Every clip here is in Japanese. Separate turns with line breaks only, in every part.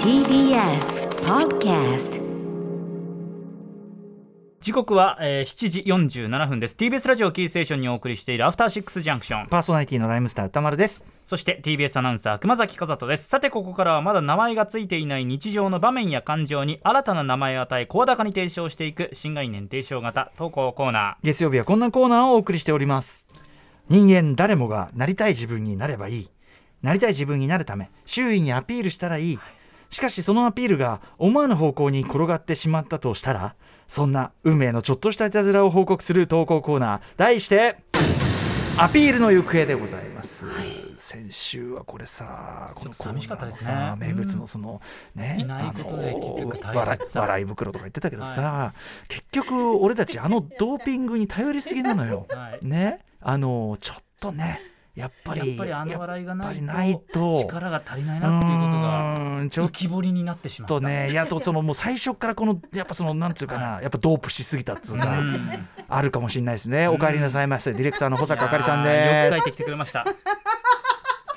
TBS Podcast
時刻は、えー、7時47分です TBS ラジオキーステーションにお送りしているアフターシックスジャンクション
パーソナリティのライムスター歌丸です
そして TBS アナウンサー熊崎和人ですさてここからはまだ名前がついていない日常の場面や感情に新たな名前を与え声高に提唱していく新概念提唱型投稿コーナ
月曜日はこんなコーナーをお送りしております人間誰もがなりたい自分になればいいなりたい自分になるため周囲にアピールしたらいいしかしそのアピールが思わぬ方向に転がってしまったとしたらそんな運命のちょっとしたいたずらを報告する投稿コーナー題してアピールの行方でございます、先週はこれさこのコーナーの
ちょっと寂しかったですね
さ名物のその、ね
いないことで気づく大切さ
笑い笑い袋とか言ってたけどさ、結局俺たちあのドーピングに頼りすぎなのよ
ー、。はい、
ねあのちょっとねやっぱ
や
り
っぱりあの笑いがないと
やっぱりないと
力が足りないなっていうことが
うーんちょっ
浮き彫りになってしまった
とねいやあとそのもう最初からこのやっぱそのなんつうかなやっぱドープしすぎたっつう
う
か
ん
あるかもしれないですねお帰りなさいませディレクターの保坂あかりさん
いやー
で
よく帰
す
ってきてくれました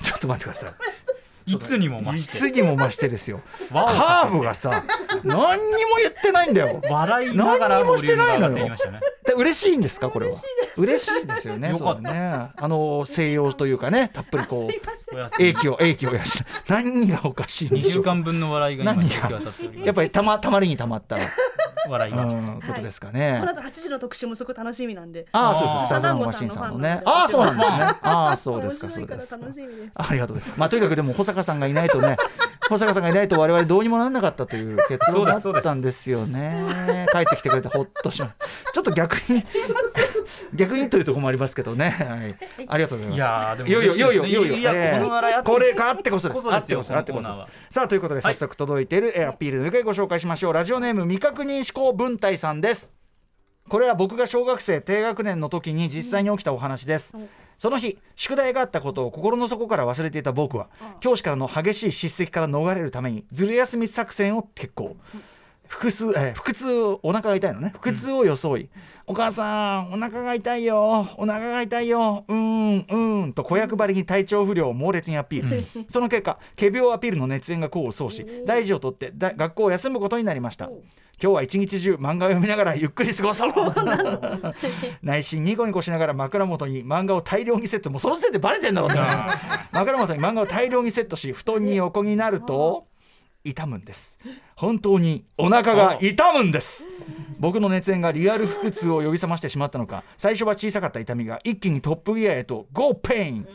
ちょっと待ってくださ
いつにも増
いい
して
つにも増してですよ
輪をかけて
カーブがさ何にも言ってないんだよ
笑いながら
何にもしてないのよ
ボリュームが上がっていましたね
で嬉しいんですかこれは嬉しいですよね
よかった
そうだねあの西洋というかねたっぷりこう
おやすみ
英気を英気を養う何がおかしいん
2
でし
週
ょう
間分の笑いが今
何
に
が
行き渡っております
やっぱりたまたまりにたまった、
笑いが
うん、ことですかね、
この後8時の特集もすごく楽しみなんで。
ああそうで
あー
すサザンマシンさんのねああ
サ
ーそう
ザ
な
ン
んです
マシンさ
ね
ん
ああそうですかそうですか
面白いから楽しみです。
ありがとうございます。まあ、とにかくでも保坂さんがいないとね、 保坂さんがいないと我々どうにもならなかったという結論だ
そうですそ
ったん
う
ですよね。帰ってきてくれてほっとしました。ちょっと逆 に、 逆にというところもありますけどね。はい、ありがとうございま
い
す。
やーでも
いよいよいよいよいよいよ
いや
ええ
この笑いあって
これがあってこそです
こそですよ
あってこ
このコー
そあってこそで
ナーは
すさあということで早速届いている、えーアピールの行方ご紹介しましょうラジオネーム未確認思考文体さんですこれは僕が小学生低学年の時に実際に起きたお話です、その日宿題があったことを心の底から忘れていた僕は教師からの激しい叱責から逃れるためにずる休み作戦を決行腹痛、えー腹痛をお腹が痛いのね腹痛を装い、お母さんお腹が痛いよお腹が痛いようーんうーんと子役ばりに体調不良を猛烈にアピール、その結果仮病アピールの熱演が功を奏し大事を取ってだ学校を休むことになりました今日は一日中漫画を読みながらゆっくり過ごそう内心ニコニコしながら枕元に漫画を大量にセットもうその時点でバレてんだろうな枕元に漫画を大量にセットし布団に横になると痛むんです本当にお腹が痛むんです僕の熱演がリアル腹痛を呼び覚ましてしまったのか最初は小さかった痛みが一気にトップギアへとゴーペイン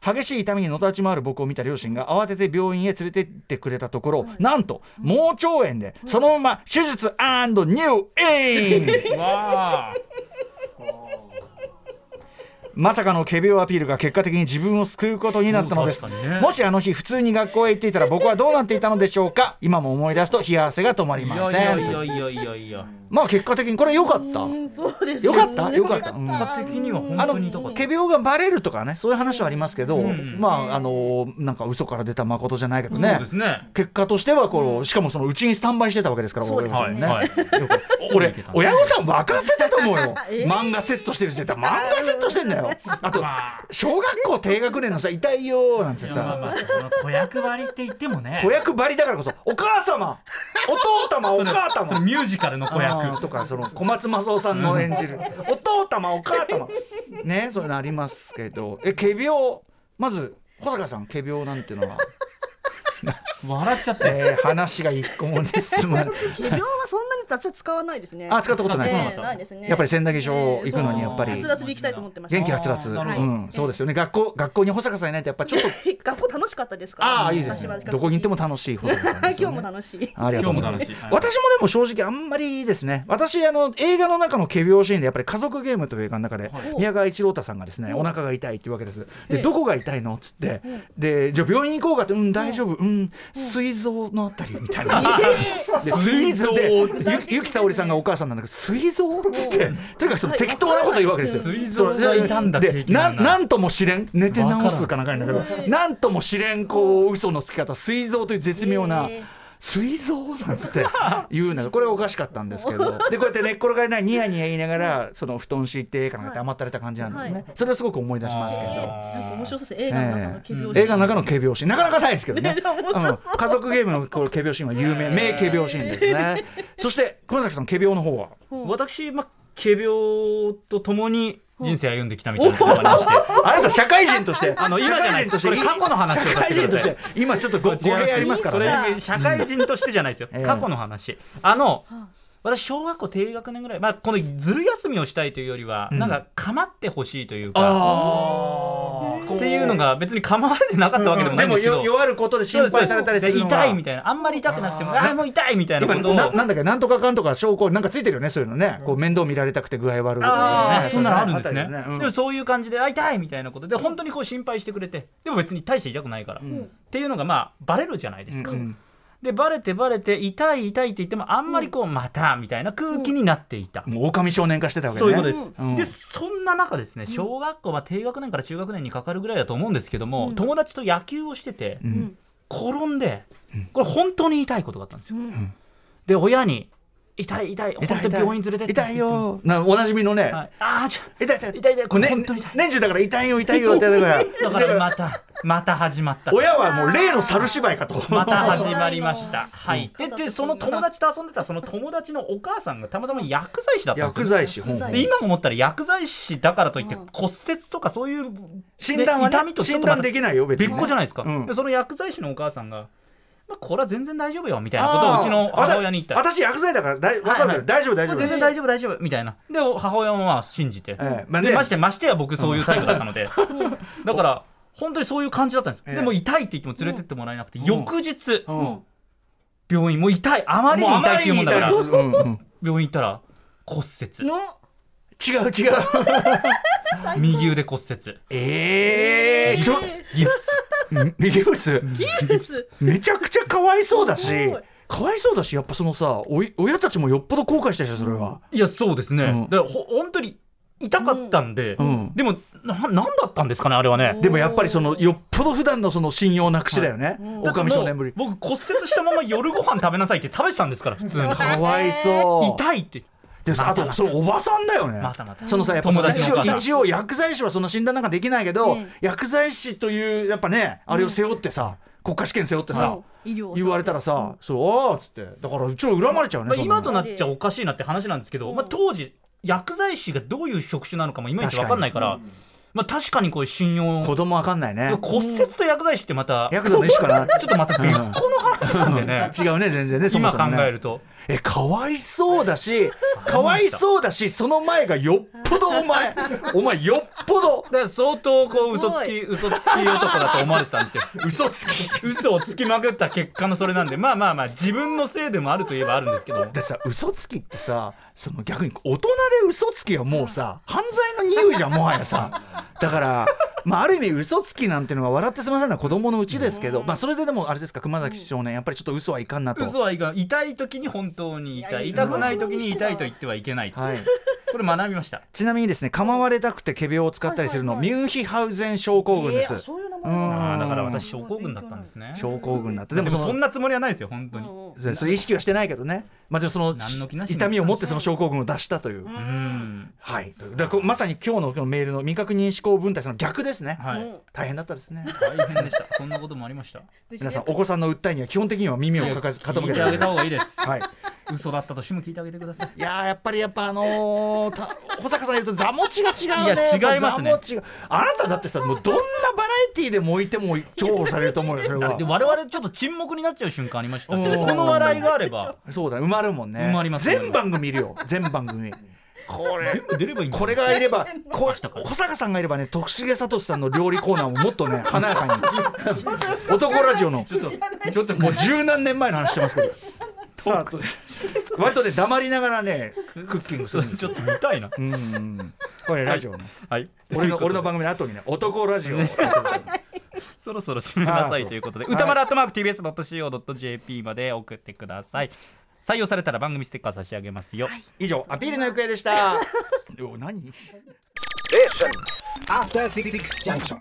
激しい痛みにのたち回る僕を見た両親が慌てて病院へ連れてってくれたところ、なんと盲腸炎でそのまま手術入 院
わあ
まさかの仮病アピールが結果的に自分を救うことになったのです、
そう確かにね
もしあの日普通に学校へ行っていたら僕はどうなっていたのでしょうか今も思い出すと冷や汗が止まり
い
ません
やいやいやいやいやいや
まあ結果的にこれ良かった
うん、そうです
良
よ
かった良かった、うん
結果的には
あ
本
の
当に痛かった
仮病がバレるとかねそういう話はありますけど、
うん
まああのなんか嘘から出た誠じゃないけどね
そうですね
結果としてはこうしかもそのうちにスタンバイしてたわけですから
そうですね
俺たちもね
はいはい
よく
そうい
俺
けた
親御さん分かってたと思う よ
えー
漫画セットしてるって言ったら漫画セットしてんだよあと
まあ
小学校低学年のさ痛いよーなんて
いやまあま
さ
あその子役割って言ってもね
子役ばりだからこそお母様お父様お
その
母
その
様
ミュージカルの子
あー
役
とかその小松政夫さんの演じるお父様お母様ねそういうのありますけどえ仮病まず小坂さん仮病なんていうのは、
笑っちゃって
えー話が一個もね進 まない
仮病はそんなに雑誌使わないですね。
あ使ったことない
え
使って
え
なかった
ないですね。
やっぱり千駄木町行くのにやっぱ
は
り
いはつらつで行きたいと思ってました。
元気はつらつ、
あー
う
なるほど
ん、そうですよね学校学校に保坂さんいないとやっぱちょっと
学校楽しかったですから。
ああいいですねどこに行っても楽しい保坂さん
は
で
い
す
今
よ
日
ね
も楽しい。
ありがとうございます
今日も楽しいはい
私もでも正直あんまりですね私あの映画の中の仮病シーンでやっぱり「家族ゲーム」という映画の中で、宮川一郎太さんがですねお腹が痛いっていうわけですでどこが痛いのっつってでじゃあ病院行こうかって「うん大丈夫うん膵臓のあたり」みたいな。で膵臓で
膵
ゆゆきさおりさんがお母さんなんだけど膵臓っつってとにかくその適当なこと言うわけですよ
膵臓が痛んだ経
で
験が
な
ない
なんとも知れん寝て 直すかなんかにだけどなんとも知れんこう嘘のつき方膵臓という絶妙な
えー
膵臓なんつって 言うのがこれおかしかったんですけ どでこうやって寝っ転がりながらニヤニヤ言いながらその布団敷いてかなんかって甘ったれた感じなんですよね、
はい
それをすごく思い出しますけど。
なんか面
あ
白そうですね映画の中の
ええうん
映
検病シーン
画の中の警病シーンなかなかないですけど ね
ね面白そう
あの家族ゲームのこう警病シーンは有名名警病シーンですねそして熊崎さん警病の方は
ー
ほう
私、まあ、仮病とともに人生歩んできたみたいなところがありまして
あなた社会人として
あの今じゃないですこれ過去の話を
社
さ
会
せてく
人
だ
とし
さい
て今ちょっとご語弊ありますからね
それ社会人としてじゃないですよ、
ええ
過去の話あの
は
私小学校低学年ぐらい、まあ、このずる休みをしたいというよりは、
うん
なんか構ってほしいというか
あー
っていうのが別に構われてなかったわけでもないんですけど、
よ弱ることで心配されたりするの
痛いみ
い
たいなあんまり痛くなくても
あー
ああもう痛いみたいな
今
ことを
ななんだっけなんとかかんとか証拠なんかついてるよねそういうのねこう面倒見られたくて具合悪いとか
あ
ね
ーそんなのあるんですね
ったよ
で
う
もそういう感じで「あ痛い」みたいなことで本当にこう心配してくれてでも別に大して痛くないから、
ん
っていうのがまあバレるじゃないですか、
うん
でバレてバレて痛い痛いって言ってもあんまりこう「また」みたいな空気になっていた、
もう狼少年化してたわけね
そういうことです、
うん
でそんな中ですね小学校、まあ、低学年から中学年にかかるぐらいだと思うんですけども、
うん
友達と野球をしてて、
うん
うん
転んでこれ本当に痛いことがあったんですよ、
うん
で親に「痛い痛い本当に病院連れてって」
痛いよなおなじみのね、
はい、ああちょ
痛い痛い
痛い痛いこれ
ね
本当に痛い
年中だから痛いよ痛いよってだから
だからまたまた始まった
親はもう例の猿芝居かと
また始まりました。はい。
う
で
ん
でその友達と遊んでたその友達のお母さんがたまたま薬剤師だったん
薬
ですよ。
剤師本
で今思ったら薬剤師だからといって
うん
骨折とかそういう
診断は
ね痛
ね
みとちょっ
診
とまた
断できないよ別
べっ
に
こじゃないですか
うん。
でその薬剤師のお母さんがまあこれは全然大丈夫よみたいなことをうちの母親に言った
あ。私薬剤だからだいわかる
はいは
けど
い
大丈夫大
こ
丈
れ全
夫
然大丈夫大丈夫みたいなで母親もまあ信じて、
ええまあね
でましてましてや僕そういうタイプだったので、だから本当にそういう感じだったんです、
ええ
でも痛いって言っても連れてってもらえなくて、
うん
翌日
うんも
病院もう痛いあまり
う
に
あ
痛いっ
ま
てい
り
うも
に
んだか
痛い
ら
ですうんうん
病院行ったら骨折
の
違う違う
右腕骨折
ええちょ
ギフス
右物
です
めちゃくちゃかわいそうだし
すごい
かわいそうだしやっぱそのさおい親たちもよっぽど後悔したでしょそれはい
やそうですね、
うん
だからほ本当に痛かったんで、
うん
でもな何だったんですかねあれはね、
でもやっぱりそのよっぽど普段のその信用なくしだよね
うん
おかみ少年ぶり
僕骨折したまま夜ご飯食べなさいって食べてたんですから普通に
かわいそう
痛いって
であとそのおばさんだよね
またまた
そのさやっぱ
友達
一
のお
応
母さん
一応薬剤師はその診断なんかできないけど、
うん
薬剤師というやっぱねあれを背負ってさ、国家試験背負ってさ、
医療
言われたらさ、そうあーっつってだからちょっと恨まれちゃうね、
まあ、
そんな
今
の
となっちゃおかしいなって話なんですけど、
うん
まあ、当時薬剤師がどういう職種なのかもいまいち分かんないから
確
まあ、確かにこういう信用
子供わかんないね
骨折と薬剤師ってまた、
ヤクザの一種かな
ちょっとまた別個の話なんでね
違うね全然ね そも
今
そ
考
もね
えると
えかわいそうだしかわいそうだしその前がよっぽどお 前お前よっぽど
だから相当こう
す
嘘
ご
つき
い
嘘つき男だと思われてたんですよ
嘘つき
嘘をつきまくった結果のそれなんでまあまあまあ自分のせいでもあるといえばあるんですけど
だってさ嘘つきってさその逆に大人で嘘つきはもうさ犯罪の匂いじゃんもはやさだから、まあ、ある意味嘘つきなんてのは笑ってすみませんのは子供のうちですけど、まあ、それででもあれですか熊崎少年やっぱりちょっと嘘はいかんなと。
嘘はいかん痛い時に本当に痛い
いや
痛くない時に痛いと言ってはいけない、
はい、
これ学びました
ちなみにですね構われたくて仮病を使ったりするの、
はいはい
ミュンヒハウゼン症候群です、
えーあそういう名
うん
あ
前
ーだから私症候群だったんですね
症候群だって
で
で
も
もその
そんなつもりはないですよ本当に
うんうん
それそれ意識はしてないけどね、まあ、でもその
何の気なしに
痛みを持ってその症候群を出したという、
う
うん
はい、だからまさに今日のこのメールの未確認思考分体その逆ですね、
は
う
い
ん
大変だった ですね
大変でしたそんなこともありました
皆さんお子さんの訴えには基本的には耳をかかず傾
聞
け
い
て
てあげた方がいいです
はい、
嘘だったとしても聞いてあげてください
いやーやっぱりやっぱあのーた保坂さん言うと座持ちが違うね
いや違いますね
やっぱ座持ちがあなただってさもうどんなバラエティーでも置いても重宝されると思うよそれは
で我々ちょっと沈黙になっちゃう瞬間ありましたけど
うん
この笑いがあれば
そうだ埋まるもんね
埋まりますね
全番組 いるよ全番組これ
全部出ればいいんだ
これが いればこ
明日から
保坂さんがいればね徳重聡さんの料理コーナーももっとね華や かに男ラジオの
ちょっとちょっと
も
も
う
う
十何年前の話してますけど。さあと割とね黙りながら ねクッキングするんです
ちょ
よ
っ。と見たいな
うんこれ ラジオね。
はい
俺の
ということで
俺の番組の後にね男ラジオ。
そろそろ締めなさ
あーそ
いうということで
はい
歌丸アットマーク TBS.CO.JP まで送ってください採用されたら番組ステッカー差し上げますよ
以上アピールの 行方でした。お何？
After Six Junction.